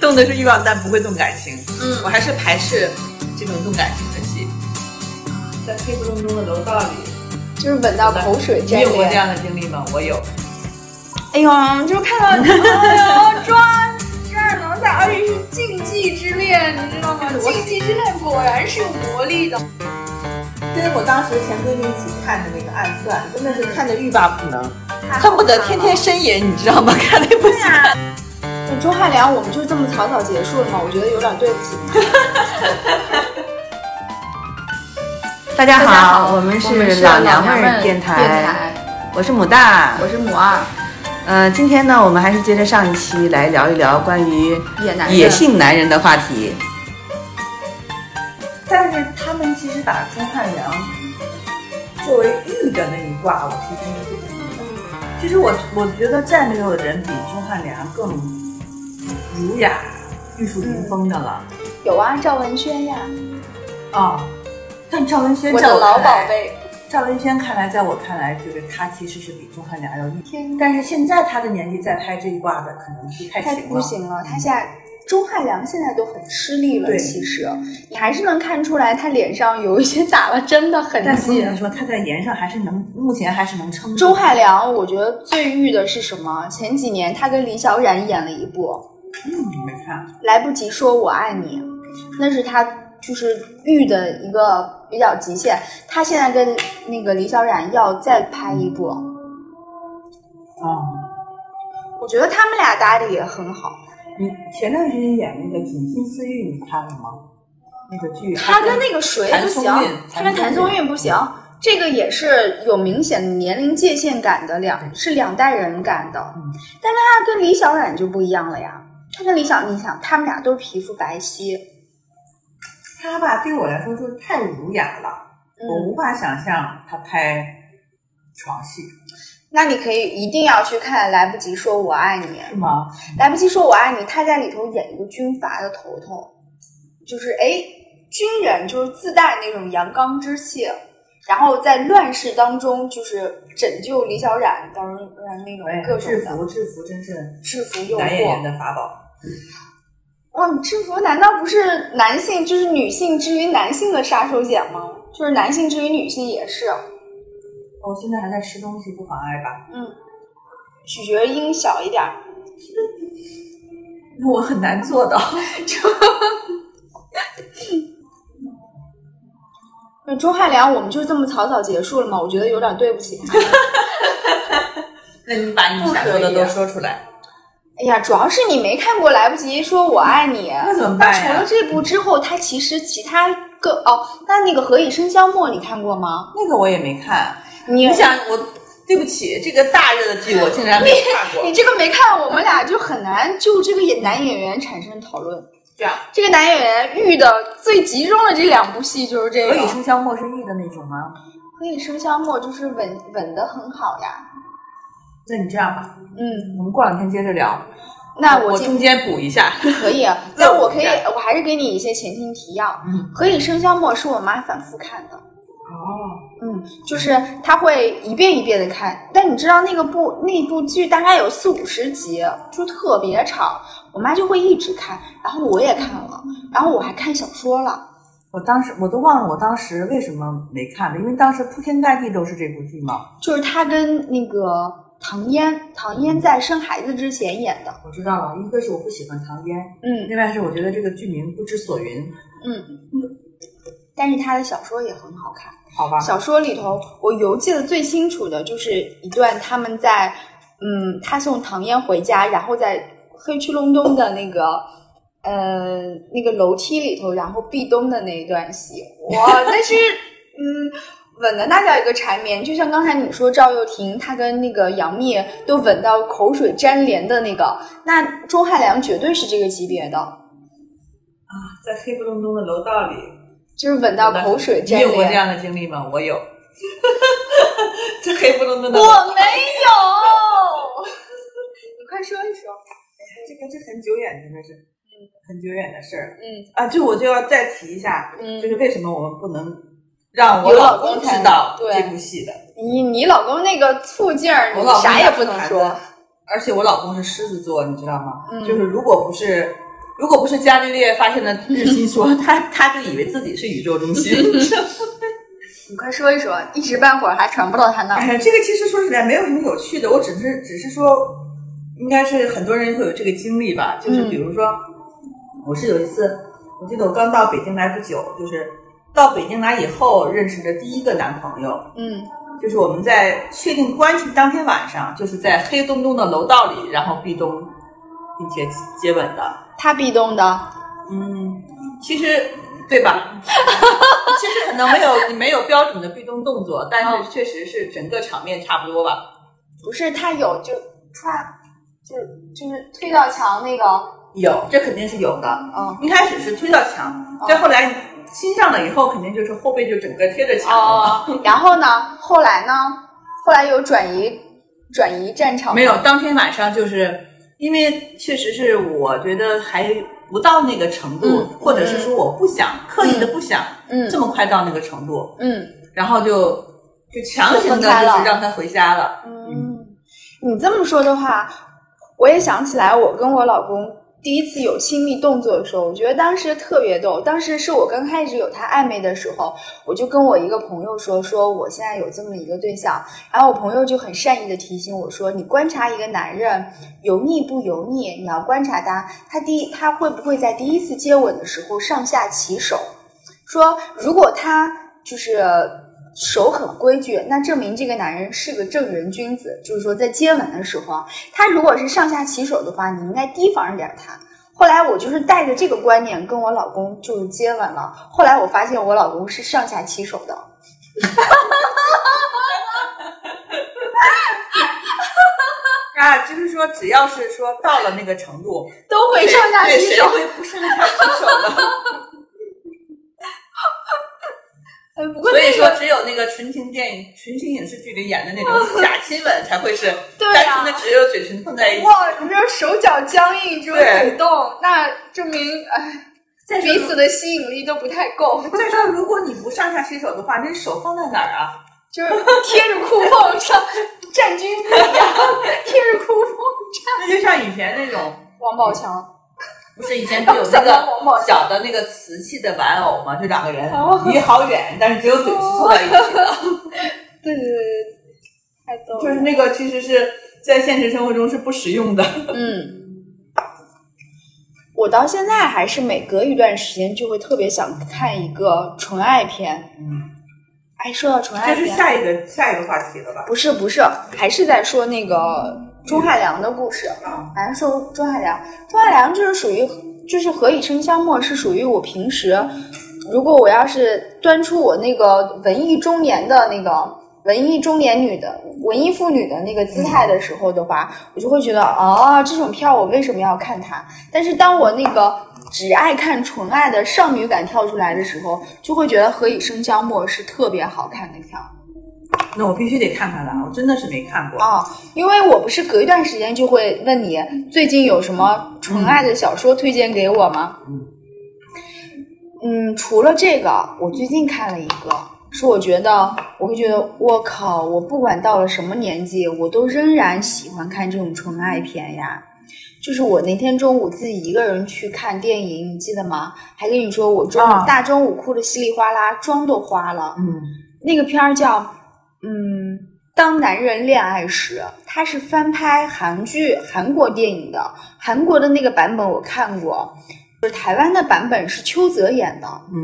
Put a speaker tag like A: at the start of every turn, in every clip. A: 动的是欲望，但不会动感情。
B: 嗯
A: 我还是排斥这种动感情的戏。在黑不隆咚的楼道里，
C: 就是闻到口水
A: 你
C: 沾
A: 有过这
C: 脸。
A: 样的经历吗？我有。
B: 哎呦，就是看到你，哎呦，抓这儿能打，而哎且是禁忌之恋，你知道 吗？禁忌之恋果然是有魔力的。
D: 跟我当时前闺蜜一起看的那个《暗算》，真的是看的欲罢不能，恨不得天天深夜，你知 道吗？看那部戏，
C: 那钟汉良，我们就这么草草结束了吗？我觉得有点对不起。
E: 大家
B: 大家好
E: 好，我们
B: 我们是
E: 是老
B: 老
E: 娘
B: 娘
E: 们
B: 们
E: 儿
B: 儿
E: 电台，
B: 电台
E: 我是母大。
B: 我是母二，
E: 呃，今天呢，我们还是接着上一期来聊一聊关于
B: 野男人
E: 野性男人的话题。
D: 但是他们其实把钟汉良作为玉的那一卦，我其实其实我我觉得再没有人比钟汉良更儒雅、玉树临风的了
C: 有啊，赵文轩呀，
D: 啊、但赵文轩
C: 我
D: 在
C: 的老
D: 看来
C: 宝贝。
D: 赵文轩看来，在我看来，就是他其实是比钟汉良要玉，但是现在他的年纪再拍这一卦的，可能不太
C: 太
D: 行
C: 不
D: 了。嗯
C: 行了，他现在钟汉良现在都很吃力了。
D: 对
C: 其实你还是能看出来他脸上有一些 打了针的痕
D: 但
C: 迹
D: 是。来说，他在盐上还是能，目前还是能撑住。
C: 钟汉良，我觉得最遇的是什么？前几年他跟李小冉演了一部
D: 嗯，没看，
C: 《来不及说我爱你》，那是他就是遇的一个比较极限。他现在跟那个李小冉要再拍一部，
D: 哦，
C: 我觉得他们俩搭的也很好。
D: 你前段时间演那个《锦心似玉》，你看了吗？那个剧，
C: 他跟那个谁不行
D: 谭松韵，嗯
C: 他跟谭松韵不行。这个也是有明显的年龄界限感的两，是两代人感的。
D: 嗯
C: 但是他跟李小冉就不一样了呀。他跟李小，你想，他们俩都是皮肤白皙，
D: 他吧，对我来说就是太儒雅了，我
C: 嗯，
D: 无法想象他拍床戏，
C: 那你可以一定要去看《来不及说我爱你》。
D: 是吗？
C: 来不及说我爱你，他在里头演一个军阀的头头，就是哎，军人就是自带那种阳刚之气，然后在乱世当中就是拯救李小冉，当然那种
D: 哎
C: 各，种
D: 制
C: 的
D: 服，制服真是
C: 制服诱
D: 男演员
C: 惑。
D: 的法宝。
C: 哇，制服难道不是男性就是女性之于男性的杀手锏吗？就是男性之于女性也是，
D: 我哦现在还在吃东西，不妨碍吧？
C: 咀嚼音小一点儿。
D: 我很难做到。
C: 那钟汉良，我们就这么草草结束了吗？我觉得有点对不起他。
A: 那你把你
D: 不
A: 想
D: 可
A: 说的
D: 以
A: 都
D: 啊
A: 说出来。
C: 哎呀，主要是你没看过《来不及说我爱你》，
D: 那怎么
C: 那
D: 办
C: 除了
D: 呀？
C: 这部之后，他其实其他个哦，那那个《何以笙箫默》你看过吗？
D: 那个我也没看，
C: 你
A: 你想我，对不起，这个大热的剧我竟然没看过。
C: 你这个没看，我们俩就很难就这个演男演员产生讨论。
A: 这样，
C: 这个男演员遇的最集中的这两部戏就是这
D: 《何
C: 个
D: 以
C: 《
D: 笙箫默》是玉的那种吗？
C: 何以笙箫默》，就是稳稳的很好呀。
D: 那你这样吧，
C: 嗯，
D: 我们过两天接着聊。
C: 那我
A: 我
C: 今
A: 中间补一下。
C: 可 以，但我可以，我还是给你一些前情提要。
D: 嗯
C: 何以笙箫默》是我妈反复看的。
D: 哦，
C: 嗯，就是他会一遍一遍的看，但你知道那个部那部剧大概有四五十集，就特别长，我妈就会一直看，然后我也看了，然后我还看小说了。
D: 我当时我都忘了我当时为什么没看了，因为当时铺天盖地都是这部剧嘛。
C: 就是他跟那个唐嫣，唐嫣在生孩子之前演的，
D: 我知道了，一个是我不喜欢唐嫣，
C: 嗯，
D: 另外是我觉得这个剧名不知所云，
C: 但是他的小说也很好看。
D: 好吧？
C: 小说里头，我犹记得最清楚的就是一段他们在，嗯，他送唐嫣回家，然后在黑区隆咚的那个，呃，那个楼梯里头，然后壁咚的那一段戏，哇，那是，嗯。吻的那叫一个缠绵，就像刚才你说赵又廷他跟那个杨幂都吻到口水粘连的那个，那钟汉良绝对是这个级别的，
A: 在黑不隆咚的楼道里，
C: 就是吻到口水
A: 你
C: 粘
A: 有过这
C: 连。
A: 样的经历吗？我 有，这黑不隆咚的
C: 我
A: 楼道
C: 没有，你快说一说。
D: 这个这很久远，真的是，很久远的事儿
C: 嗯
D: 啊。就我就要再提一下，就
C: 嗯，
D: 是为什么我们不能让我
C: 有老公
D: 公
C: 才
D: 知道
C: 对
D: 这部戏的？
C: 你你老公那个醋劲儿，
D: 我
C: 你
D: 老公
C: 啥也不能
D: 孩子
C: 说。，
D: 而且我老公是狮子座，你知道吗？
C: 嗯
D: 就是如果不是如果不是伽利略发现了日心说， 他他就以为自己是宇宙中心。
C: 你快说一说，一时半会儿还传不到他那
D: 哎
C: 儿。
D: 呀，这个其实说起来没有什么有趣的，我只是只是说，应该是很多人会有这个经历吧。就是比如说，我是有一次，我记得我刚到北京来不久，就是到北京来以后认识的第一个男朋友，
C: 嗯，
D: 就是我们在确定关系当天晚上，就是在黑洞洞的楼道里，然后壁咚，并且接吻的。
C: 他壁咚的，
D: 嗯，其实对吧？其实可能没有没有标准的壁咚动作，但是确实是整个场面差不多吧。
C: 不是他有就踹，就就是推到墙那个，
D: 有，这肯定是有的。
C: 嗯，
D: 一开始是推到墙，
C: 哦
D: 再后来新上了以后，肯定就是后背就整个贴着墙了。
C: 哦，然后呢，后来呢，后来有转移转移战场吗
D: 没有，，当天晚上就是因为确实是我觉得还不到那个程度，
C: 嗯
D: 或者是说我不想、刻意的不想、
C: 嗯
D: 这么快到那个程度，
C: 嗯
D: 然后就就强行的
C: 就分
D: 就
C: 开了
D: 是让他回家了。
C: 嗯，你这么说的话，我也想起来我跟我老公。第一次有亲密动作的时候，我觉得当时特别逗。当时是我刚开始有他暧昧的时候，我就跟我一个朋友说，说我现在有这么一个对象，然后我朋友就很善意的提醒我说，你观察一个男人油腻不油腻，你要观察他，他第一他会不会在第一次接吻的时候上下其手，说如果他就是手很规矩，那证明这个男人是个正人君子，就是说在接吻的时候，他如果是上下其手的话，你应该提防点他。后来我就是带着这个观念跟我老公就是接吻了，后来我发现我老公是上下其手的。
D: 啊，就是说，只要是说到了那个程度，
C: 都会上下
D: 对
C: 其
D: 谁
C: 手，
D: 会不上下其手呢？
C: 呃不过
D: 所以
C: 那
D: 说
C: 个，
D: 只有那个纯情电影、纯情影视剧里演的那 种假亲吻才会是
C: 对
D: 单
C: 啊
D: 纯的只有嘴唇碰在一起。
B: 哇，你这手脚僵硬，只有
D: 对
B: 举动，那证明哎，
D: 再说
B: 彼此的吸引力都不太够，
D: 再说，如果你不上下其手的话，那手放在哪儿啊？
B: 就是贴着裤缝像站军服一样，贴着裤缝。
D: 那就像以前那种，
C: 王宝强，
D: 不是以前不有那
B: 想到我
D: 个小的那个瓷器的玩偶吗？就两个人
B: 哦
D: 离好远，但是只有嘴唇凑在一起
C: 哦
D: 的。
C: 对对对对，太逗
D: 就是
C: 了。
D: 那个其实是在现实生活中是不实用的。
C: 嗯，我到现在还是每隔一段时间就会特别想看一个纯爱片。
D: 嗯，
C: 哎，说到纯爱
D: 这是
C: 片，
D: 下一个下一个话题了吧？
C: 不是不是，还是在说那个钟汉良的故事。
D: 啊，
C: 还是说钟汉良，钟汉良就是属于就是何以笙箫默是属于我平时，如果我要是端出我那个文艺中年的那个文艺中年女的文艺妇女的那个姿态的时候的话，我就会觉得哦，这种片儿我为什么要看它？但是当我那个只爱看纯爱的少女感跳出来的时候，就会觉得何以笙箫默是特别好看的片儿。
D: 那我必须得看看了，我真的是没看过。
C: 啊、因为我不是隔一段时间就会问你最近有什么纯爱的小说推荐给我吗？
D: 嗯
C: 嗯，除了这个，我最近看了一个，是我觉得我会觉得我靠，我不管到了什么年纪，我都仍然喜欢看这种纯爱片呀。就是我那天中午自己一个人去看电影，你记得吗？还跟你说我中午、
D: 啊
C: 大中午哭的稀里哗啦，妆都花了。
D: 嗯，
C: 那个片儿叫嗯，《当男人恋爱时》，它是翻拍韩剧韩国电影的，韩国的那个版本我看过，就是台湾的版本是邱泽演的。
D: 嗯，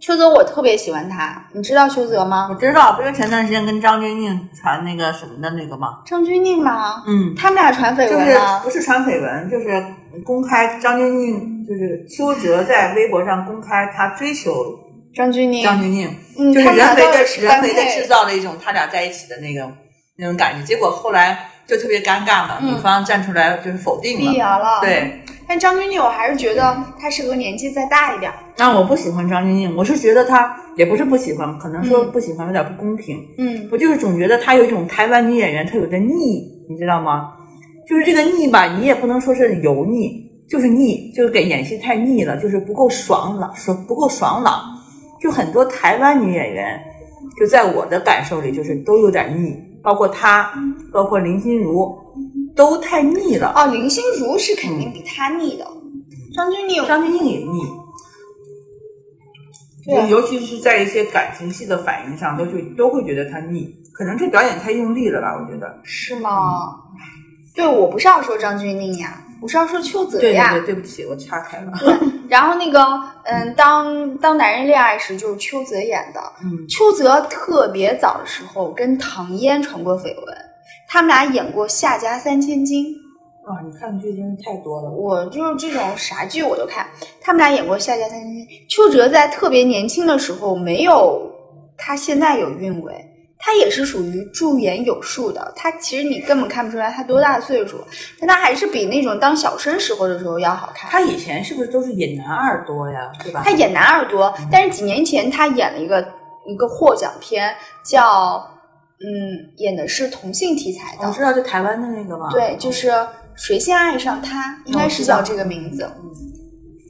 C: 邱泽我特别喜欢他，你知道邱泽
D: 我
C: 吗？
D: 知道，不是前段时间跟张钧甯传那个什么的那个吗？
C: 张钧甯吗？
D: 嗯，
C: 他们俩传绯
D: 就
C: 闻啊
D: 是
C: 了。
D: 不是传绯闻，就是公开张钧甯，就是邱泽在微博上公开他追求
C: 张钧甯，
D: 张钧甯，
C: 嗯，
D: 就是
C: 他
D: 人
C: 们俩
D: 为
C: 到
D: 的
C: 底是
D: 人
C: 般
D: 为的
C: 配
D: 制造了一种他俩在一起的那个那种感觉，结果后来就特别尴尬嘛，
C: 嗯哎
D: 女方站出来就是否定
C: 辟
D: 了。
C: 谣了。，
D: 对，
C: 但张钧甯我还是觉得他适合年纪再大一点儿。
D: 那我不喜欢张钧甯，我是觉得他也不是不喜欢，可能说不喜欢有点不公平。
C: 嗯
D: 我就是总觉得她有一种台湾女演员特有的腻，你知道吗？就是这个腻吧，你也不能说是油腻，就是腻，就是给演戏太腻了，就是不够爽朗，说不够爽朗。就很多台湾女演员，就在我的感受里，就是都有点腻，包括她，包括林心如，都太腻了。
C: 哦，林心如是肯定比他腻的，张钧甯，
D: 张钧甯也腻，
C: 对啊
D: 尤尤其是在一些感情戏的反应上，都就都会觉得他腻，可能这表演太用力了吧？我觉得。
C: 是吗？
D: 嗯
C: 对，我不是要说张钧甯呀，我是要说邱泽呀。
D: 对，对不起，我岔开了。
C: 然后那个，嗯，当当男人恋爱时，就是邱泽演的。
D: 嗯
C: 邱泽特别早的时候跟唐嫣传过绯闻，他们俩演过《夏家三千金》。
D: 哇，啊你看的剧真是太多了。
C: 我就是这种啥剧我都看。他们俩演过《夏家三千金》，邱泽在特别年轻的时候没有他现在有韵味，他也是属于驻颜有术的。他其实你根本看不出来他多大的岁数，但他还是比那种当小生时候的时候要好看。
D: 他以前是不是都是演男二多呀？对吧
C: 他？演男二多，但是几年前他演了一个一个获奖片，叫嗯，演的是同性题材
D: 我
C: 的，
D: 知道，就台湾的那个嘛。
C: 对，就是谁先爱上他，应该是叫这个名字。
D: 嗯。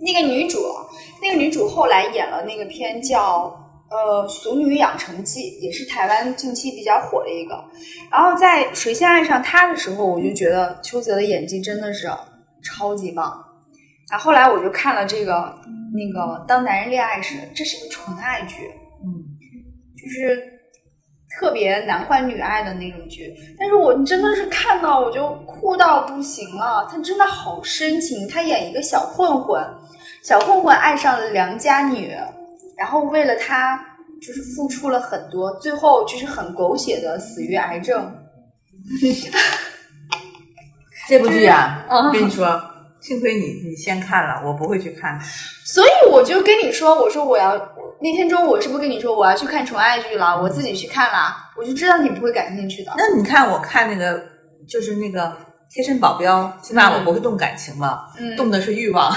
C: 那个女主，那个女主后来演了那个片叫呃《俗女养成记》，也是台湾近期比较火的一个。然后在《谁先爱上他》的时候，我就觉得邱泽的演技真的是超级棒。啊，后来我就看了这个那个《当男人恋爱时》，这是个纯爱剧，
D: 嗯，
C: 就是特别男欢女爱的那种剧。但是我真的是看到我就哭到不行了，他真的好深情。他演一个小混混，小混混爱上了良家女，然后为了他就是付出了很多，最后就是很狗血的死于癌症。
D: 这部剧啊，我跟你说，幸亏你你先看了，我不会去看。
C: 所以我就跟你说，我说我要那天中午我是不是跟你说我要去看纯爱剧了？我自己去看了，我就知道你不会感兴趣的。
D: 那你看，我看那个就是那个贴身保镖，起码我不会动感情嘛，
C: 嗯
D: 动的是欲 望，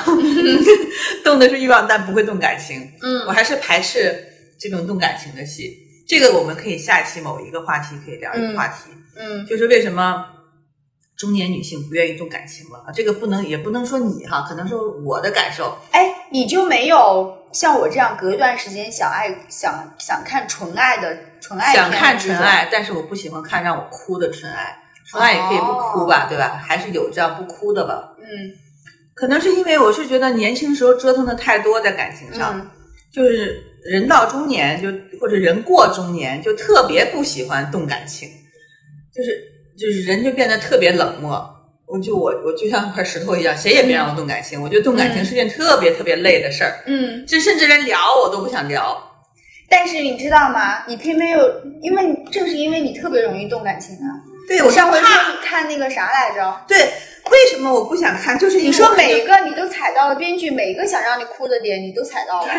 D: 动的是欲望，但不会动感情。我
C: 嗯，
D: 还是排斥这种动感情的戏。这个我们可以下期某一个话题可以聊一个
C: 嗯
D: 话题，
C: 嗯，
D: 就是为什么中年女性不愿意动感情了。啊这个不能也不能说你哈，可能说我的感受。
C: 哎，你就没有像我这样隔一段时间想爱想想看纯爱的纯爱
D: 想
C: 片
D: 看
C: 的这
D: 纯
C: 种哦
D: 爱，但是我不喜欢看让我哭的纯爱。纯爱也可以不哭吧，对吧？还是有这样不哭的吧？
C: 嗯
D: 可能是因为我是觉得年轻时候折腾的太多，在感情上，
C: 嗯
D: 就是人到中年就或者人过中年就特别不喜欢动感情，就是就是人就变得特别冷漠。我就我我就像块石头一样，谁也别让我动感情。我觉得动感情是件特别特别累的事儿，
C: 嗯。
D: 这甚至连聊我都不想聊。
C: 但是你知道吗？你偏偏又因为正是因为你特别容易动感情啊。
D: 对
C: 我
D: 我
C: 上回
D: 怕
C: 说你看那个啥来着，
D: 对，为什么我不想看？就是因为
C: 你说
D: 我
C: 每一个你都踩到了编剧，每一个想让你哭的点你都踩到了。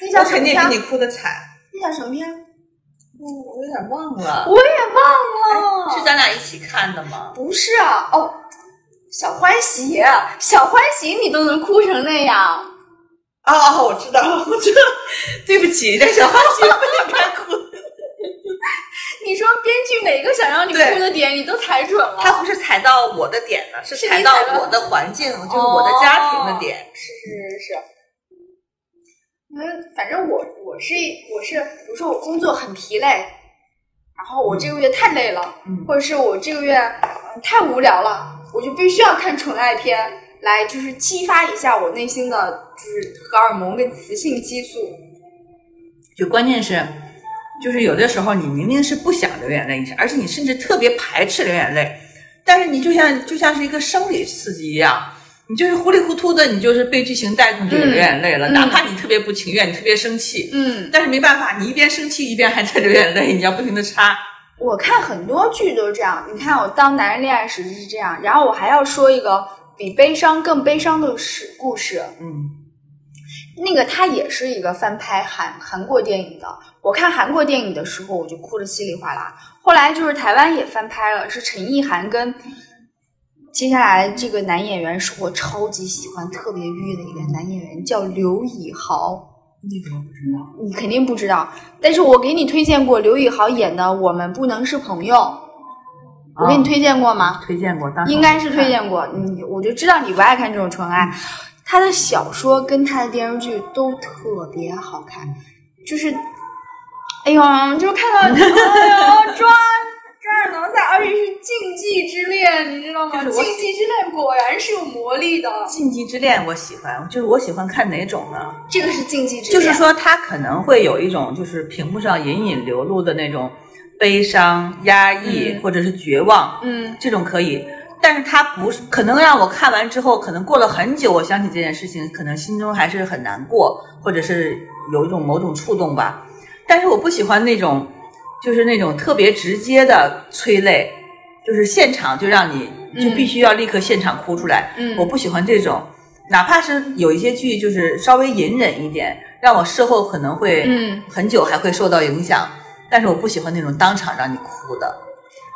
C: 那叫
D: 我
C: 什
D: 肯
C: 么
D: 定
C: 片儿
D: 比？你哭的惨。
C: 那叫什么片儿？
D: 嗯我有点忘了，
C: 我也忘了。
D: 是咱俩一起看的吗？
C: 不是啊，哦，小欢喜，小欢喜，你都能哭成那样。
D: 哦哦，我知道，我知道。 对不起，这小花心不应该哭。
C: 你说编剧哪个想让你哭的点，你都踩准了。
D: 他不是踩到我的点了，是
C: 是你
D: 踩到
C: 踩到哦
D: 我的环境，就是我的家庭的点。
C: 是是是是。嗯，反正我我是我是，比如说我工作很疲累，然后我这个月太累了，
D: 嗯
C: 或者是我这个月、呃太无聊了，我就必须要看纯爱片来就是激发一下我内心的就是荷尔蒙跟雌性激素。
D: 就关键是，就是有的时候你明明是不想流眼泪，而且你甚至特别排斥流眼泪，但是你就像就像是一个生理刺激一样，你就是糊里糊涂的，你就是被剧情带动就流眼泪了，
C: 嗯
D: 哪怕你特别不情愿，你特别生气，
C: 嗯，
D: 但是没办法，你一边生气一边还在流眼泪，你要不停的擦。
C: 我看很多剧都是这样。你看我当男人恋爱时是这样，然后我还要说一个比悲伤更悲伤的事故事。
D: 嗯，
C: 那个它也是一个翻拍韩韩国电影的。我看韩国电影的时候，我就哭得稀里哗啦。后来就是台湾也翻拍了，是陈意涵跟接下来这个男演员是我超级喜欢、特别晕的一个男演员，叫刘以豪。
D: 那个我不知道。
C: 你肯定不知道，但是我给你推荐过刘以豪演的《我们不能是朋友》，我
D: 啊
C: 给你推荐过吗？
D: 推荐过，当时
C: 应该是推荐过你，我就知道你不爱看这种纯爱。他的小说跟他的电视剧都特别好看，就是，哎呦，就是看到，哎呦，抓这儿
B: 能在，而且是竞技之恋，你知道吗？
D: 就是我
B: 竞技之恋果然是有魔力的，
D: 禁忌之恋我喜欢，就是我喜欢看哪种呢？
B: 这个是竞技之
D: 就
B: 恋，
D: 是说它可能会有一种就是屏幕上隐隐流露的那种悲伤、压抑、或者是绝望，
C: 嗯，
D: 这种可以。但是它不是，可能让我看完之后，可能过了很久，我想起这件事情，可能心中还是很难过，或者是有一种某种触动吧。但是我不喜欢那种，就是那种特别直接的催泪，就是现场就让你就必须要立刻现场哭出来。
C: 嗯
D: 我不喜欢这种，哪怕是有一些剧就是稍微隐忍一点，让我事后可能会
C: 嗯
D: 很久还会受到影响。但是我不喜欢那种当场让你哭的。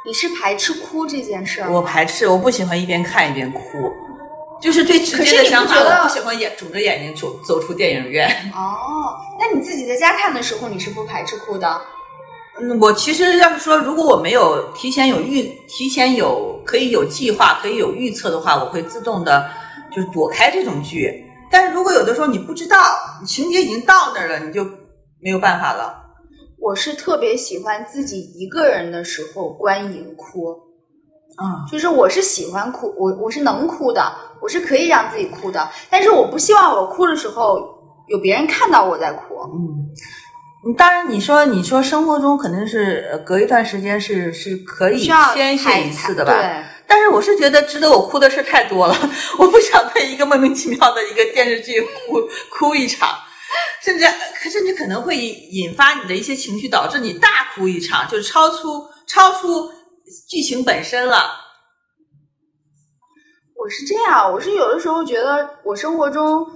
C: 你是排斥哭这件事儿吗？
D: 我排斥，我不喜欢一边看一边哭，就是最直
C: 可是
D: 接的
C: 你不
D: 想法。
C: 觉得
D: 我不喜欢眼肿着眼睛走走出电影院。
C: 哦，那你自己在家看的时候，你是不排斥哭的？
D: 嗯，我其实要是说，如果我没有提前有预、提前有可以有计划、可以有预测的话，我会自动的就是躲开这种剧。但是如果有的时候你不知道，情节已经到那儿了，你就没有办法了。
C: 我是特别喜欢自己一个人的时候观影哭，
D: 啊、
C: 就是我是喜欢哭，我我是能哭的，我是可以让自己哭的，但是我不希望我哭的时候有别人看到我在哭。
D: 嗯，嗯，当然你说你说生活中肯定是呃隔一段时间是是可以
C: 需要
D: 宣泄一次的吧？
C: 对，
D: 但是我是觉得值得我哭的事太多了， 我不想为一个莫名其妙的一个电视剧哭哭一场，甚至甚至可能会引发你的一些情绪，导致你大哭一场，就是超出超出剧情本身了。
C: 我是这样，我是有的时候觉得我生活中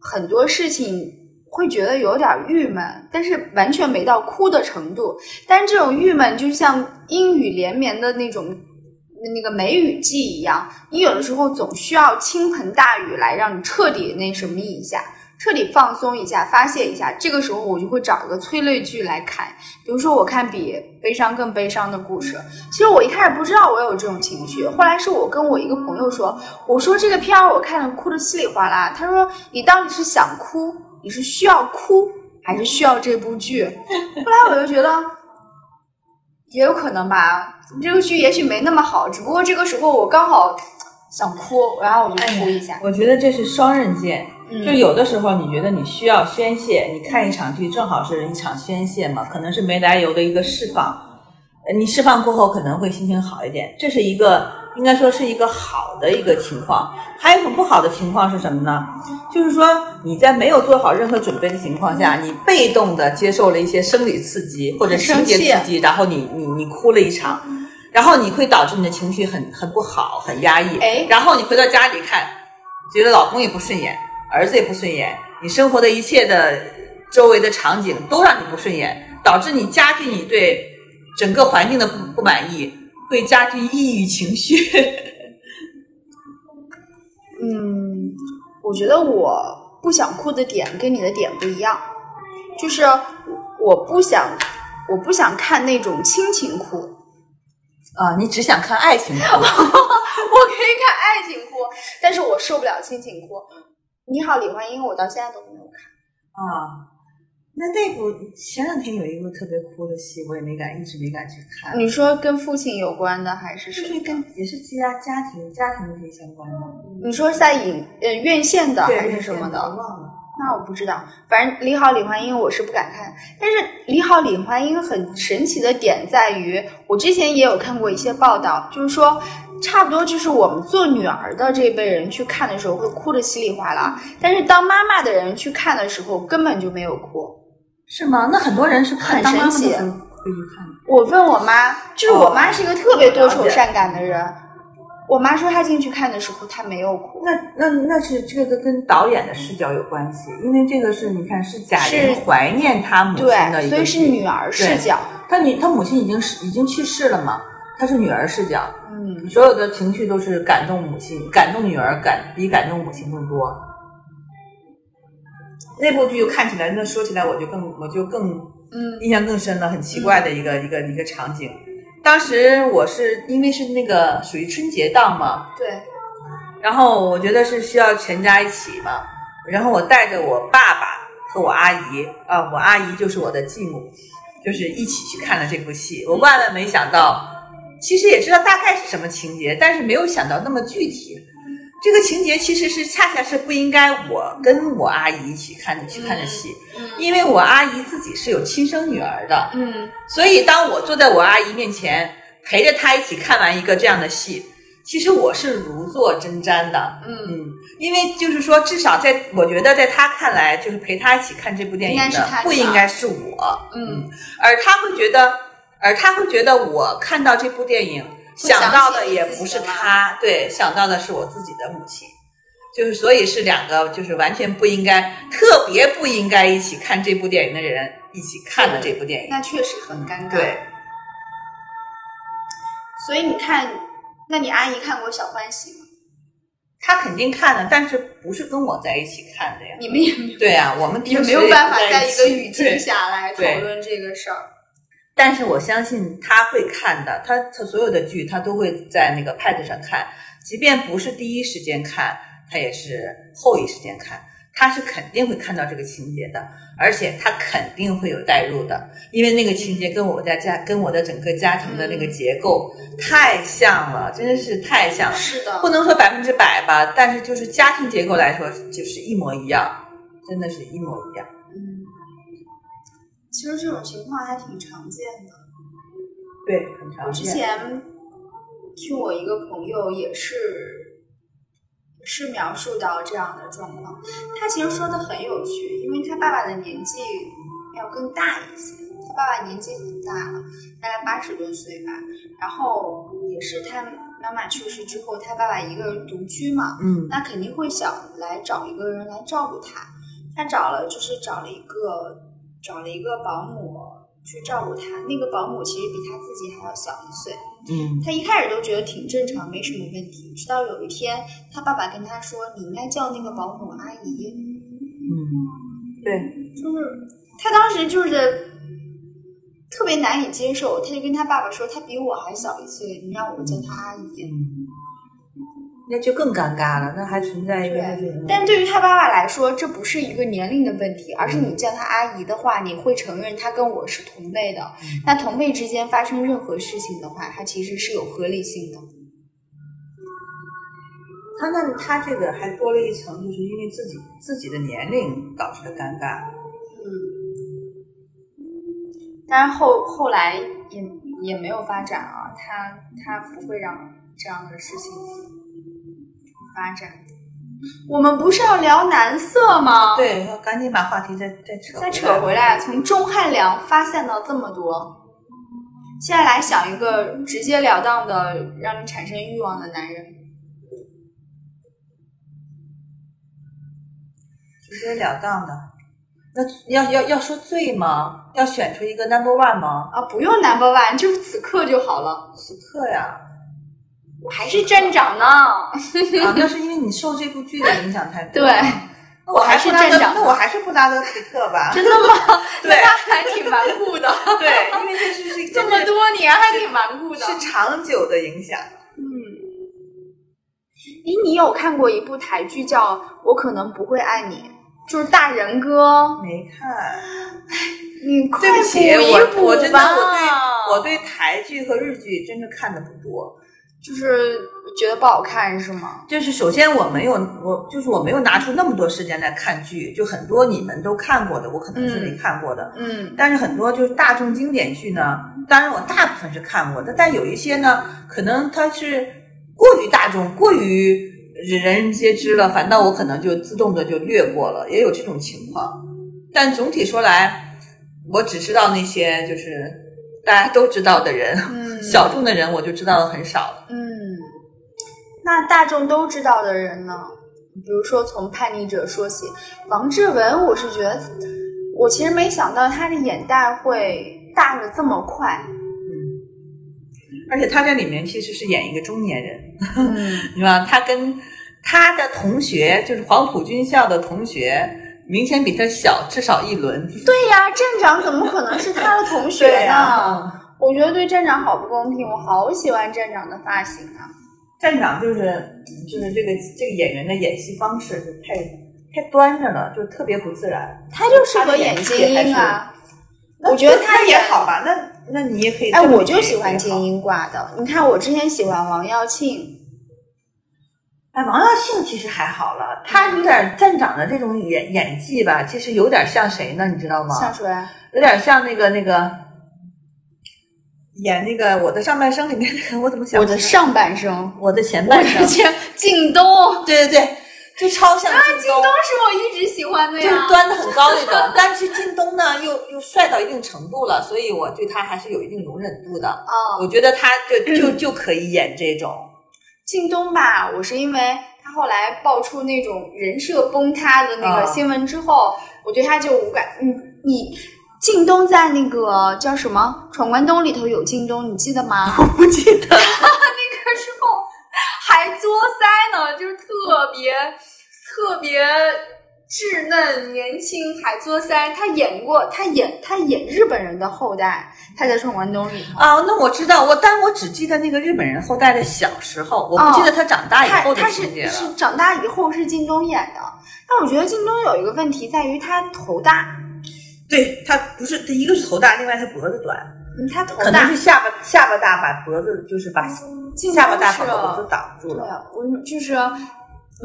C: 很多事情会觉得有点郁闷，但是完全没到哭的程度。但是这种郁闷就像阴雨连绵的那种那个梅雨季一样，你有的时候总需要倾盆大雨来让你彻底那什么一下。彻底放松一下，发泄一下，这个时候我就会找一个催泪剧来看。比如说，我看比悲伤更悲伤的故事，其实我一开始不知道我有这种情绪，后来是我跟我一个朋友说，我说这个片儿我看了哭的稀里哗啦，他说你到底是想哭，你是需要哭，还是需要这部剧？后来我就觉得也有可能吧，这个剧也许没那么好，只不过这个时候我刚好想哭，然后我就哭一下。
D: 我觉得这是双刃剑，
C: 嗯
D: 就有的时候你觉得你需要宣泄，你看一场剧正好是一场宣泄嘛，可能是没来由的一个释放，呃你释放过后可能会心情好一点，这是一个应该说是一个好的一个情况。还有一种不好的情况是什么呢？就是说你在没有做好任何准备的情况下，你被动的接受了一些生理刺激或者情节刺激，然后你你你哭了一场。然后你会导致你的情绪很很不好，很压抑。
C: 哎
D: 然后你回到家里看，觉得老公也不顺眼，儿子也不顺眼，你生活的一切的周围的场景都让你不顺眼，导致你加剧你对整个环境的不不满意，会加剧抑郁情绪。
C: 嗯，我觉得我不想哭的点跟你的点不一样，就是我不想，我不想看那种亲情哭， 我
D: 啊，你只想看爱情 剧，
C: 可以看爱情哭，但是我受不了亲情哭。你好，李焕英，我到现在都没有看。
D: 啊。那那部前两天有一个特别哭的戏，我也没敢，一直没敢去看，
C: 你说跟父亲有关的还是什
D: 就
C: 么
D: 是？跟也是家家庭家庭这些相关的，
C: 你说是在影呃院线的
D: 对
C: 还是什么的？
D: 忘了。
C: 那我不知道，反正《你好，李焕英》我是不敢看，但是《你好，李焕英》很神奇的点在于，我之前也有看过一些报道，就是说，差不多就是我们做女儿的这一辈人去看的时候会哭得稀里哗啦，但是当妈妈的人去看的时候根本就没有哭。
D: 是吗？那很多人是看
C: 很
D: 当妈妈的
C: 神奇
D: 时候会去看的。
C: 我问我妈，就是我妈是一个特别多
D: 哦了
C: 愁
D: 解
C: 善感的人，我妈说她进去看的时候她没有哭，
D: 那那那是这个跟导演的视角有关系，因为这个是你看是贾玲
C: 是
D: 怀念她母亲的
C: 对，
D: 一
C: 所
D: 个
C: 以是
D: 剧
C: 女儿视
D: 对
C: 角，
D: 她女她母亲已经是已经去世了嘛，她是女儿视角，
C: 嗯。
D: 所有的情绪都是感动母亲、感动女儿，感比感动母亲更多。那部剧看起来，那说起来我就更我就更
C: 嗯
D: 印象更深了，很奇怪的一个、一个一个场景。当时我是因为是那个属于春节档嘛，
C: 对，
D: 然后我觉得是需要全家一起嘛。然后我带着我爸爸和我阿姨啊，我阿姨就是我的继母，就是一起去看了这部戏。我万万没想到，其实也知道大概是什么情节，但是没有想到那么具体。这个情节其实是恰恰是不应该我跟我阿姨一起看的去看的戏，因为我阿姨自己是有亲生女儿的，
C: 嗯，
D: 所以当我坐在我阿姨面前陪着她一起看完一个这样的戏，其实我是如坐针毡的，
C: 嗯，
D: 嗯，因为就是说，至少在我觉得，在他看来，就是陪他一起看这部电
C: 应
D: 影
C: 该是
D: 的
C: 他
D: 不
C: 女
D: 应
C: 儿
D: 该是我，
C: 嗯，
D: 而他会觉得，而他会觉得我看到这部电影想
C: 想
D: 到
C: 起
D: 的
C: 你
D: 也
C: 自己
D: 不
C: 的
D: 是
C: 妈
D: 他，对，想到的是我自己的母亲，就是所以是两个就是完全不应该，特别不应该一起看这部电影的人一起看的这部电影，
C: 那确实很尴尬。
D: 对，
C: 所以你看，那你阿姨看过《小欢喜》吗？
D: 他肯定看了，但是不是跟我在一起看的呀？
C: 你们也没有
D: 对啊，我们
C: 也
D: 平
C: 没
D: 时
C: 有
D: 也
C: 办
D: 不
C: 法在一个
D: 起
C: 语境
D: 对
C: 下来讨
D: 对
C: 论这个事儿。
D: 但是我相信他会看的，他他所有的剧他都会在那个 Pad 上看，即便不是第一时间看，他也是后一时间看，他是肯定会看到这个情节的，而且他肯定会有代入的，因为那个情节跟我在家跟我的整个家庭的
C: 嗯
D: 那个结构太像了，真是太像了，
C: 是的
D: 不，能说百分之百吧，但是就是家庭结构来说就是一模一样，真的是一模一样。
C: 嗯，其实这种情况还挺常见的。
D: 对，很常
C: 我之前听我一个朋友也是也是描述到这样的状况，他其实说的很有趣，因为他爸爸的年纪要更大一些，他爸爸年纪很大了，大概八十多岁吧，然后也是他妈妈去世之后，他爸爸一个人独居嘛，
D: 嗯
C: 那肯定会想来找一个人来照顾他。他找了就是找了一个找了一个保姆去照顾他，那个保姆其实比他自己还要小一岁。
D: 嗯
C: 他一开始都觉得挺正常，没什么问题。直到有一天，他爸爸跟他说：“你应该叫那个保姆阿姨。
D: 嗯，对。”
C: 就是他当时就是特别难以接受，他就跟他爸爸说：“他比我还小一岁，你让我叫他阿姨。”
D: 嗯，那就更尴尬了，那还存在一个就是，嗯
C: 但对于他爸爸来说，这不是一个年龄的问题，而是你叫他阿姨的话，你会承认他跟我是同辈的。那同辈之间发生任何事情的话，它其实是有合理性的。
D: 他那他这个还多了一层，就是因为自己自己的年龄导致的尴尬。
C: 嗯，但是后后来也也没有发展啊，他他不会让这样的事情发展。我们不是要聊男色吗？，
D: 对，要赶紧把话题再再扯
C: 再扯回来，从钟汉良发散到这么多，现在来想一个直截了当的让你产生欲望的男人。
D: 直截了当的。那要要要说罪吗？要选出一个 number one 吗？
C: 啊，不用 number one，就是此刻就好了。
D: 此刻呀，
C: 我还是站长 呢，
D: 啊，那是因为你受这部剧的影响太多。
C: 对，
D: 那我还
C: 我还是
D: 布拉德
C: 站长
D: 那我还是布拉德皮特吧。
C: 真的吗？
D: 对
C: 那还挺顽固 的，
D: 对，因为这是是
C: 这么多年还挺顽固的。
D: 是长久的影响。
C: 嗯，诶，你有看过一部台剧叫《我可能不会爱你》，就是大人哥，
D: 没看。
C: 你快
D: 对不起，
C: 补一
D: 我
C: 补
D: 我真的
C: 吧
D: 我对我对台剧和日剧真的看的不多。
C: 就是觉得不好看是吗？
D: 就是首先我没有我就是我没有拿出那么多时间来看剧，就很多你们都看过的，我可能是没看过的。
C: 嗯
D: 但是很多就是大众经典剧呢，当然我大部分是看过的，但有一些呢，可能它是过于大众，过于人人皆知了，反倒我可能就自动的就略过了，也有这种情况。但总体说来，我只知道那些就是大家都知道的人，
C: 嗯
D: 小众的人我就知道的很少了。
C: 嗯，那大众都知道的人呢？比如说从《叛逆者》说起，王志文，我是觉得，我其实没想到他的眼袋会大的这么 快。
D: 嗯而且他这里面其实是演一个中年人，
C: 嗯，
D: 你知道，他跟他的同学，就是黄埔军校的同学，明显比他小至少一轮。
C: 对呀，站长怎么可能是他的同学
D: 对
C: 呢？
D: 呀
C: 我觉得对站长好不公平，我好喜欢站长的发型啊！
D: 站长就是就是这个这个演员的演戏方式就太太端着了，就特别不自然。
C: 他就适合演精英啊。
D: 那
C: 我觉得
D: 那
C: 他
D: 也好吧，那那你也可以这
C: 哎，
D: 么理解也好。
C: 我就喜欢金鹰挂的。你看，我之前喜欢王耀庆，
D: 哎，王耀庆其实还好了，他有点站长的这种演演技吧，其实有点像谁呢？你知道吗？
C: 像谁？
D: 有点像那个那个演那个《我的上半生》里面那个，我怎么想
C: 我
D: 不起来？
C: 的上半生，
D: 我的前
C: 我
D: 半生
C: 的，天，靳东，
D: 对对对，就超像
C: 啊
D: 靳东，
B: 当时我一直喜欢的
D: 就
B: 呀
D: 是。端的很高那种。但是靳东呢，又又帅到一定程度了，所以我对他还是有一定容忍度的。
C: 哦，
D: 我觉得他就
C: 嗯
D: 就就可以演这种。
C: 靳东吧，我是因为他后来爆出那种人设崩塌的那个
D: 啊
C: 新闻之后，我对他就无感。你你。靳东在那个叫什么《闯关东》里头有靳东，你记得 吗？
D: 我不记得，
B: 那个时候还作腮呢，就是特别特别稚嫩年轻，还作腮。
C: 他演过，他演他演日本人的后代，他在《闯关东》里头。
D: 啊，那我知道，我但我只记得那个日本人后代的小时候，我不记得他长大以
C: 他
D: 后的
C: 哦他是
D: 情节了。
C: 是长大以后是靳东演的，但我觉得靳东有一个问题在于他头大，
D: 对他不是，他一个是头大，另外他脖子短，
C: 嗯他头
D: 可能
C: 大嗯
D: 是。下巴下巴大，把脖子就是把
C: 靳
D: 下巴大
C: 是
D: 把脖子挡住
C: 对，
D: 了。
C: 我就是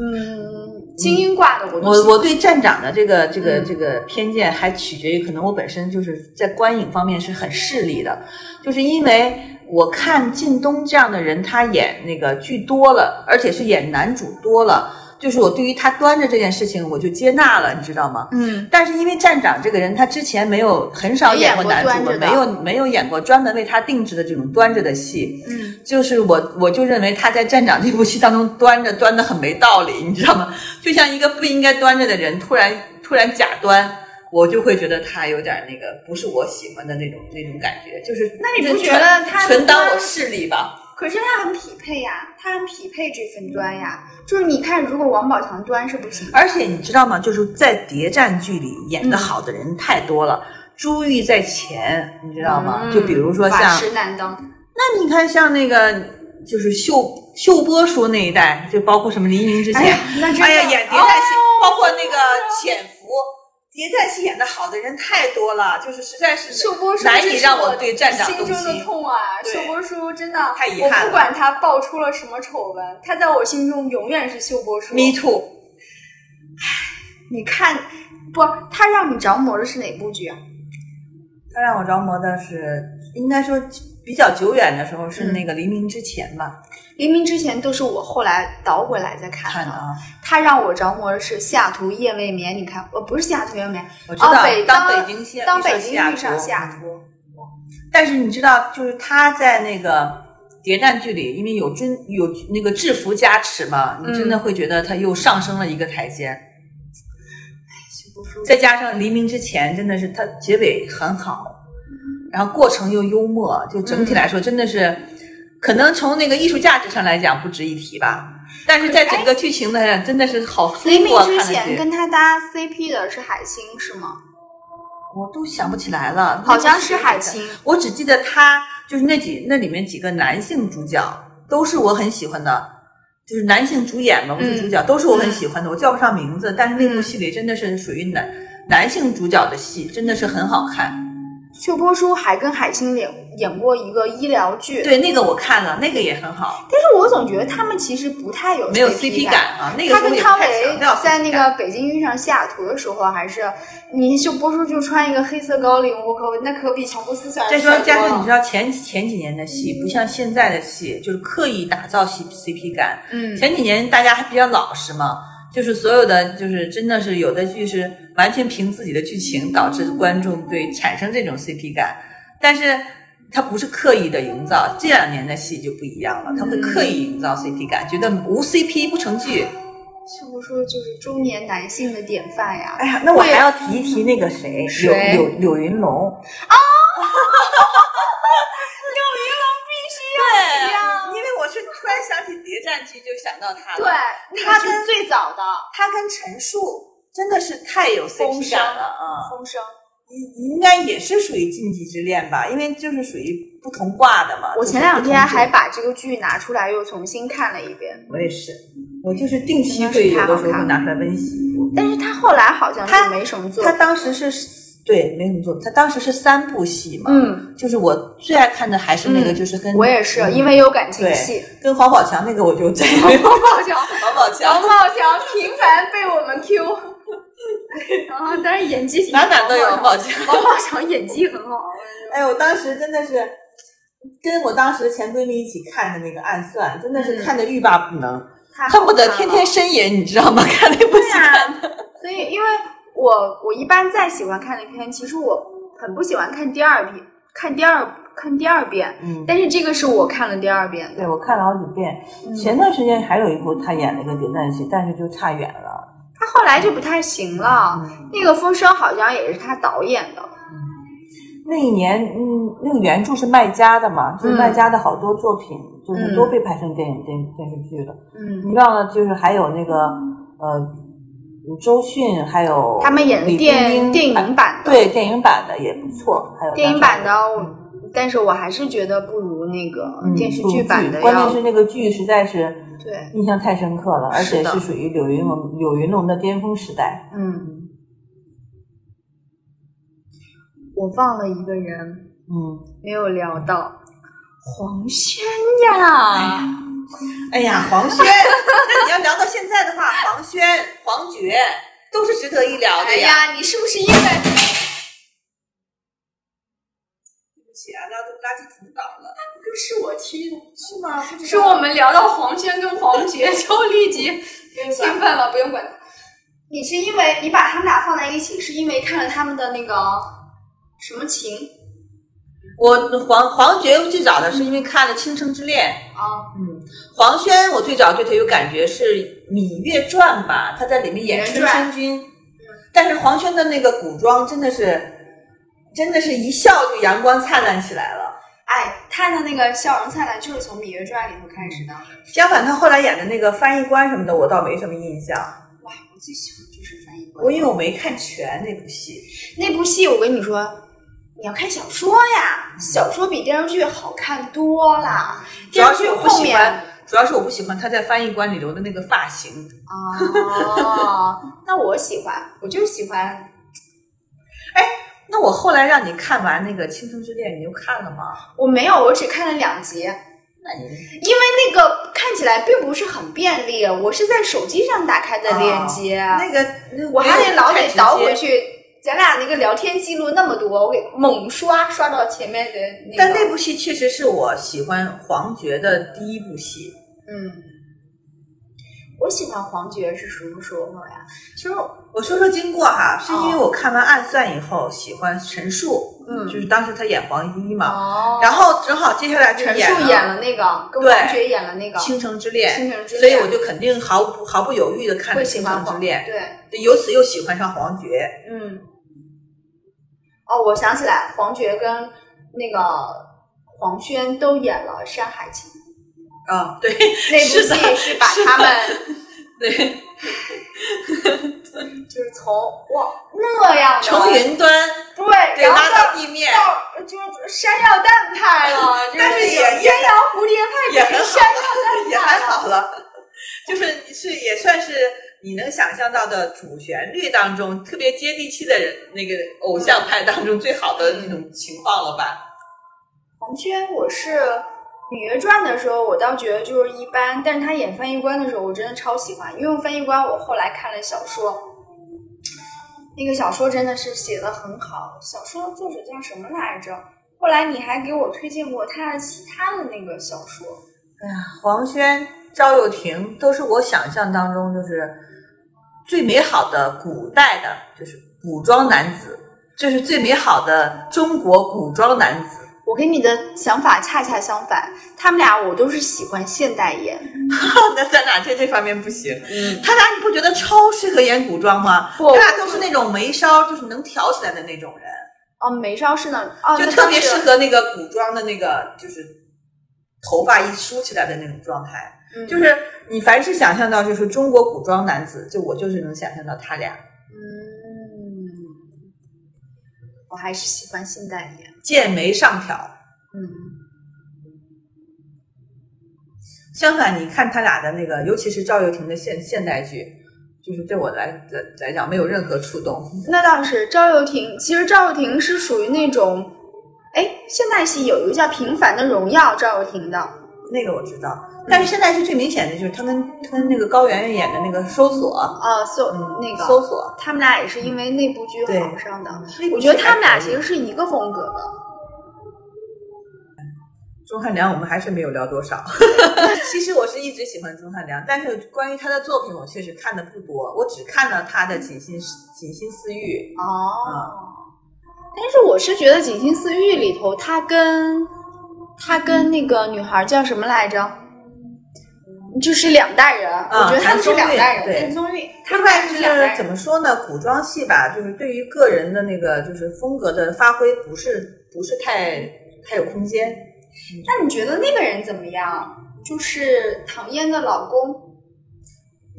C: 嗯，精英挂的我都
D: 我
C: 喜
D: 我对站长的这个这个
C: 嗯
D: 这个偏见还取决于，可能我本身就是在观影方面是很势利的，就是因为我看靳东这样的人，他演那个剧多了，而且是演男主多了，就是我对于他端着这件事情我就接纳了，你知道吗？
C: 嗯
D: 但是因为站长这个人，他之前没有很少演过男主
C: 没演过
D: 了，
C: 端着的
D: 没有没有演过专门为他定制的这种端着的戏，
C: 嗯，
D: 就是我我就认为他在站长这部戏当中端着端的很没道理，你知道吗？就像一个不应该端着的人突然突然假端，我就会觉得他有点那个不是我喜欢的那种那种感觉，就是
C: 那你
D: 就
C: 不
D: 是
C: 觉得他
D: 纯纯
C: 的
D: 当
C: 端
D: 我势利吧？
C: 可是他很匹配呀，他很匹配这份端呀，就是你看，如果王宝强端是不行的，
D: 而且你知道吗？就是在谍战剧里演的
C: 嗯
D: 好的人太多了。朱玉在前，你知道吗？
C: 嗯
D: 就比如说
C: 法
D: 像
C: 师难当，
D: 那你看，像那个就是秀秀波叔那一代，就包括什么黎明之前，
C: 哎
D: 哎
C: 呀
D: 呀，，
C: 那真的
D: 演谍战戏，包括那个潜伏，谍战戏演的好的人太多了，就是实在是
B: 秀波叔
D: 难
B: 这
D: 以
B: 是
D: 让
B: 我
D: 我对站长
B: 心
D: 动
B: 中的
D: 心。
B: 痛啊！
D: 对
B: 秀波叔真的，
D: 太遗
B: 我
D: 憾
B: 不
D: 了
B: 管他爆出了什么丑闻，他在我心中永远是秀波叔。
D: Me too，
C: 你看，不，他让你着魔的是哪部剧啊？
D: 他让我着魔的是，应该说比较久远的时候是
C: 嗯
D: 那个黎明之前吧，
C: 黎明之前都是我后来倒回来再看
D: 看
C: 的
D: 的，啊，
C: 他让我着魔的是《西雅图夜未眠》，你看，呃，不是《西雅图夜未眠
D: 我知道。
C: 哦北
D: 当
C: 当
D: 北京先》，
C: 当北京遇
D: 下嗯
C: 上西雅图，
D: 但是你知道，就是他在那个谍战剧里，因为有军有那个制服加持嘛，你真的会觉得他又上升了一个台阶。再加上黎明之前，真的是他结尾很好，然后过程又幽默，就整体来说真的是，
C: 嗯
D: 可能从那个艺术价值上来讲不值一提吧。但是在整个剧情的上，真的是好舒
C: 黎
D: 服
C: 明
D: 啊！看嗯
C: 之
D: 上
C: 前
D: 去
C: 跟他搭 CP 的是海清是吗？
D: 我都想不起来了，
C: 好像是海清。
D: 我只记得他就是那几那里面几个男性主角都是我很喜欢的，就是男性主演嘛，不
C: 嗯
D: 是主角，都是我很喜欢的。我叫不上名字，但是那部戏里真的是属于男、男性主角的戏，真的是很好看。
C: 秀波叔还跟海清演演过一个医疗剧，，
D: 对，那个我看了，那个也很好，
C: 但是我总觉得他们其实不太有
D: 没有
C: CP
D: CP 感啊。那个
C: 他
D: 时候
C: 跟
D: 也
C: 汤
D: 不太
C: 唯
D: 强调 CP
C: 在那
D: 感
C: 个北京遇上西雅图的时候，还是你秀波叔就穿一个黑色高领，我靠，那可比乔布斯帅
D: 再说
C: 帅多了。
D: 加上你知道前前几年的戏不像
C: 嗯
D: 现在的戏，就是刻意打造 C CP 感，
C: 嗯，
D: 前几年大家还比较老实嘛，就是所有的就是真的是有的剧是完全凭自己的剧情导致观众对产生这种 CP 感，但是它不是刻意的营造。这两年的戏就不一样了，他会刻意营造 CP 感，觉得无 CP 不成剧。
C: 秀波叔就是中年男性的典范呀。
D: 哎呀，那我
C: 会
D: 还要提一提那个谁，柳
C: 谁哦
D: 柳柳云龙。 啊，柳云龙必须要因为我是突然想起谍战剧，就想到他了。
C: 对，
D: 他
C: 他是
D: 跟
C: 最早的
D: 他跟陈数真的是太有
C: 风
D: CP
C: 声
D: 感了啊！
C: 风声。
D: 你应该也是属于禁忌之恋吧？因为就是属于不同挂的嘛。
C: 我
D: 就是
C: 前两天还
D: 不同
C: 把这个剧拿出来又重新看了一遍，
D: 种我也是，我就是定期会有的时候会拿出来温习一波。
C: 但是他后来好像
D: 他
C: 就没什么作
D: 他
C: 用。
D: 当时是对，没什么作品。他当时是三部戏嘛，
C: 嗯，
D: 就是我最爱看的还是那个，
C: 嗯
D: 就是跟
C: 我也是，
D: 嗯
C: 因为有感情
D: 对
C: 戏。
D: 跟黄宝强那个，我就再也没 有
B: 王宝强，
D: 黄宝
B: 王
D: 强，
B: 宝强频繁被我 们 Q，然
C: 啊
B: 后但是演技
D: 哪哪都有
B: 王
D: 黄
B: 宝
D: 宝强。
B: 王宝强演技很好，
D: 哎，我当时真的是跟我当时的前闺蜜一起看的那个《暗算》，真的
C: 嗯
D: 是看的欲罢不能，恨不得天天呻吟，你知道吗？看那部戏看的。
C: 啊所以，因为我我一般再喜欢看的片，其实我很不喜欢看第二遍，看第二看第二遍。
D: 嗯，
C: 但是这个是我看了第二遍的，
D: 对，我看了好几遍。
C: 嗯
D: 前段时间还有一部他演了一个谍战戏，但是就差远了。
C: 他后来就不太行了。那个《风声》好像也是他导演的，
D: 那一年，嗯，那个原著是麦家的
C: 嗯
D: 嘛，就是麦家的好多作品，就是都被拍成电影、电电视剧了。
C: 嗯，
D: 你忘了，就是还有那个呃，周迅，还有
C: 他们演的
D: 李
C: 电
D: 冰冰
C: 电影版的，
D: 对电影版的也不错，还有
C: 电影版的
D: 那种。
C: 我，但是我还是觉得不如那个
D: 嗯
C: 电视剧版的
D: 关
C: 要
D: 键是那个剧实在是
C: 对，
D: 印象太深刻了，而且
C: 是的
D: 是属于柳云龙柳云龙的巅峰时代。
C: 嗯，我忘了一个人，
D: 嗯，
C: 没有聊到黄轩 呀，
D: 哎呀，黄轩， 那你要聊到现在的话，黄轩、黄觉都是值得一聊
B: 哎。呀，你是不是因为
D: 对不起啊，垃垃圾桶倒了，
B: 是我踢的？
D: 是吗？不知道
B: 是我们聊到黄轩跟黄觉就立即兴奋了，不用管。
C: 你是因为你把他们俩放在一起，是因为看了他们的那个什么情
D: 我黄黄觉最早的是因为看了《倾城之恋》。
C: 啊？
D: 嗯，黄轩，我最早对他有感觉是《芈月传》吧，他在里面演春申君。但是黄轩的那个古装真的是，真的是一笑就阳光灿烂起来了。
C: 哎，他的那个笑容灿烂就是从《芈月传》里头开始的。
D: 相反，他后来演的那个翻译官什么的，我倒没什么印象。
C: 哇，我最喜欢就是翻译官
D: 我因为我没看全那部戏。
C: 那部戏，我跟你说。你要看小说呀，小说比电视剧好看多了。
D: 嗯主
C: 电
D: 要
C: 视
D: 是
C: 剧
D: 我不
C: 后
D: 喜
C: 面
D: 欢，主要是我不喜欢他在翻译官里留的那个发型。
C: 啊，那我喜欢，我就喜欢。
D: 那我后来让你看完那个《倾城之恋》，你又看了吗？
C: 我没有，我只看了两集。
D: 那你
C: 因为那个看起来并不是很便利，我是在手机上打开的链接，
D: 啊那个，那
C: 哎我还得老得倒回
D: 去。
C: 去。咱俩那个聊天记录那么多，我给猛刷刷到前面的那个。
D: 但那部戏确实是我喜欢黄觉的第一部戏，
C: 嗯，我喜欢黄觉是什么时候呀？其实
D: 我说说经过哈，是因为我看完《暗算》以后喜欢陈数，
C: 哦嗯
D: 就是当时他演黄衣嘛，
C: 哦，
D: 然后正好接下来就
C: 陈
D: 演
C: 数演了那个，跟
D: 对
C: 黄觉演了那个
D: 《倾城之恋》，
C: 倾城之
D: 所以
C: 恋
D: 我就肯定毫不毫不犹豫的看了
C: 会
D: 《
C: 喜
D: 倾
C: 欢
D: 城之
C: 黄
D: 恋
C: 对，》，
D: 由此又喜欢上黄觉。
C: 嗯，哦，我想起来，黄觉跟那个黄轩都演了《山 海情》
D: 啊、对
C: 那部
D: 是的
C: 戏，是把他们
D: 对，
C: 就是从哇那样的
D: 从云端
C: 对，
D: 对
C: 然后
D: 拉
C: 到
D: 到地面，
C: 到呃就是山药蛋派 了，
D: 但
C: 就是
D: 也
C: 鸳
D: 也
C: 鸯蝴蝶派
D: 也很
C: 跟
D: 好
C: 山药蛋
D: 也
C: 派
D: 还
C: 了，
D: 好了，就是是也算是你能想象到的主旋律当中特别接地气的人，那个偶像派当中最好的那种情况了吧？
C: 黄轩，我是《芈月传》的时候，我倒觉得就是一般，但是他演翻译官的时候，我真的超喜欢，因为翻译官我后来看了小说，那个小说真的是写的很好，小说作者叫什么来着？后来你还给我推荐过他的其他的那个小说，
D: 哎黄轩、赵又廷都是我想象当中就是最美好的古代的，就是古装男子，这是最美好的中国古装男子。
C: 我跟你的想法恰恰相反，他们俩我都是喜欢现代演，
D: 那咱俩在这方面不行。嗯，他俩你不觉得超适合演古装吗？
C: 不
D: 他俩都是那种眉梢就是能挑起来的那种人。
C: 哦，梅超是那，哦，
D: 就
C: 那
D: 特别
C: 当时
D: 适合那个古装的那个，就是头发一梳起来的那种状态。
C: 嗯
D: 就是你凡是想象到就是中国古装男子，就我就是能想象到他俩
C: 嗯，我还是喜欢现代演。
D: 剑眉上挑。
C: 嗯，
D: 相反，你看他俩的那个，尤其是赵又廷的现现代剧，就是对我来来来讲没有任何触动。
C: 那倒是赵又廷，其实赵又廷是属于那种，哎，现代戏有一个叫《平凡的荣耀》赵又廷的，
D: 那个我知道，
C: 嗯
D: 但是现在是最明显的就是他跟他跟那个高圆圆演的那个搜索，
C: 呃，搜、
D: 嗯，
C: 那
D: 搜
C: 个，
D: 索，
C: 他们俩也是因为那部剧
D: 对
C: 好上的。
D: 那个
C: 我觉得
D: 剧
C: 他们俩
D: 还可
C: 其
D: 以
C: 实是一个风格的，
D: 钟汉良，我们还是没有聊多少。 其实我是一直喜欢钟汉良，但是关于他的作品，我确实看的不多，我只看了他的《锦心锦心私欲》
C: 哦。但是我是觉得《锦心似玉》里头，他跟他跟那个女孩叫什么来着？就是两代人，
D: 啊
C: 我觉得他们是两代人。
D: 韩
C: 宗瑞，
D: 他
C: 他们俩
D: 们
C: 是
D: 就
C: 两代
D: 是
C: 人
D: 怎。么说呢？古装戏吧，就是对于个人的那个就是风格的发挥，不是不是太太有空间。
C: 那你觉得那个人怎么样？就是唐嫣的老公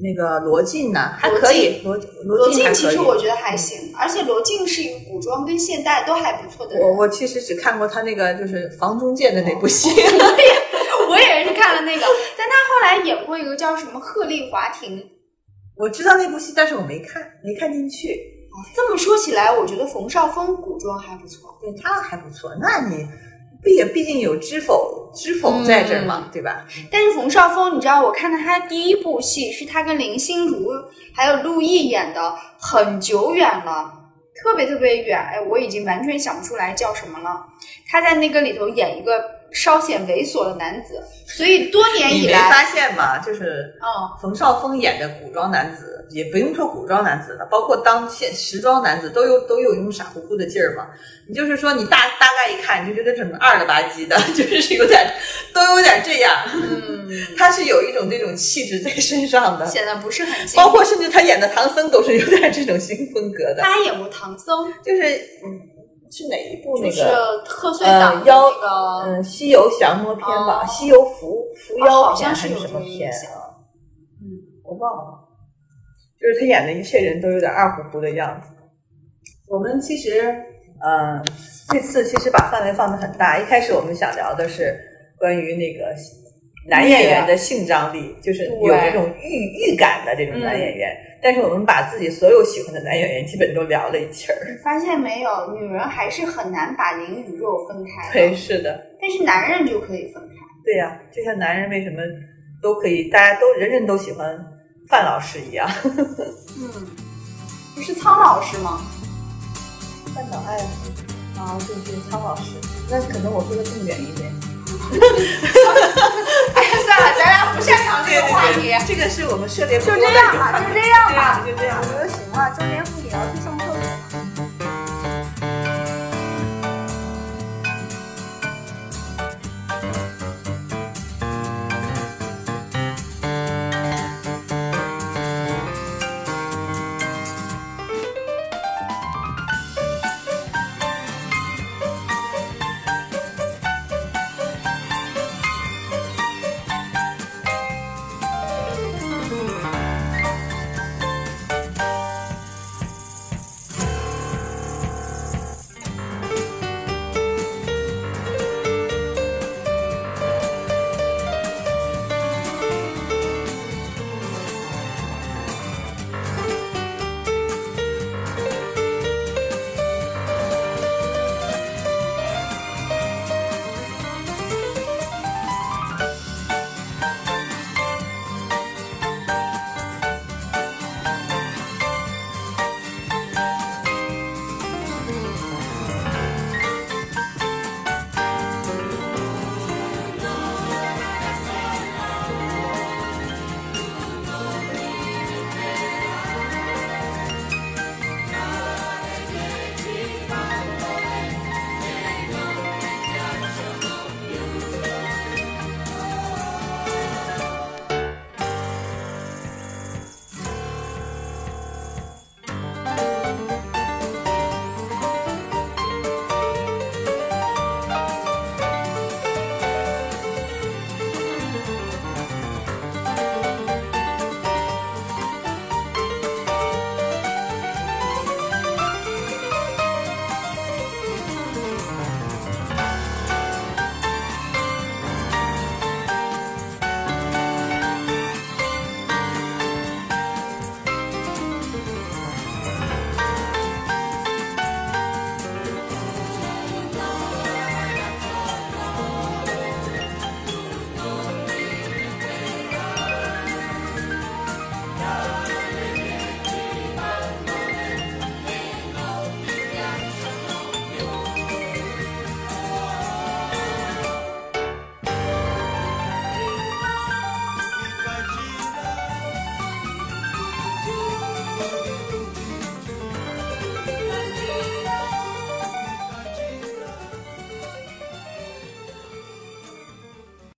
D: 那个罗晋呢，还
C: 罗
D: 可以，罗罗
C: 罗
D: 晋还
C: 晋，
D: 可
C: 其实
D: 以嗯
C: 我觉得还行，而且罗晋是一个古装跟现代都还不错的人。
D: 我我其实只看过他那个就是房中介的那部戏，
C: 我也是看了那个，但他后来演过一个叫什么《鹤唳华亭》。
D: 哦我知道那部戏，但是我没看，没看进去。
C: 这么说起来，我觉得冯绍峰古装还不错。
D: 对他还不错。那你毕也毕竟有知否知否在这儿嘛，
C: 嗯
D: 对吧？
C: 但是冯绍峰，你知道，我看到他第一部戏是他跟林心如还有陆毅演的，很久远了，特别特别远，哎，我已经完全想不出来叫什么了。他在那个里头演一个稍显猥琐的男子，所以多年
D: 你
C: 以
D: 没
C: 来，
D: 发现吗？就是
C: 嗯，
D: 冯绍峰演的古装男子，也不用说古装男子了，包括当现时装男子都有都有一种傻乎乎的劲儿嘛。你就是说你大大概一看，你就觉得整个二了吧唧的， 就是有点都有点这样。
C: 嗯，
D: 他是有一种这种气质在身上的，
C: 显得不是很清
D: 包。括甚至他演的唐僧都是有点这种新风格的
C: 他，还演过唐僧，
D: 就是嗯是哪一部那
C: 就是
D: 个？
C: 贺岁档的
D: 呃妖
C: 那个
D: 嗯，《西游降魔篇》吧，
C: 哦
D: 西游伏伏妖
C: 好像
D: 篇》
C: 是
D: 还
C: 有
D: 是什么
C: 这个印
D: 篇
C: 象
D: 啊？
C: 嗯，
D: 我忘了。就是他演的一切人都有点二乎乎的样子。我们其实，呃，这次其实把范围放得很大。一开始我们想聊的是关于那个男演员的性张力，就是有
C: 对嗯
D: 这种预预感的这种男演员。但是我们把自己所有喜欢的男演员基本都聊了一气儿。
C: 你发现没有，女人还是很难把灵与肉分 开
D: 对，
C: 的，
D: 是的。
C: 但是男人就可以分开。
D: 对呀、就像男人为什么都可以，大家都人人都喜欢范老师一样。
C: 嗯，不是苍老师吗？
D: 范老爱啊，对对，苍老师，那可能我说的更远一点。
C: 哎呀， 算了，咱俩不擅长这
D: 对
C: 个话
D: 对
C: 题，
D: 对，这个是我们涉猎不
C: 就
D: 多
C: 这
D: 的
C: 样
D: 一个
C: 吧，
D: 话
C: 就
D: 题
C: 这样吧。啊
D: 对呀就这样。
B: 行了，中年妇女要去上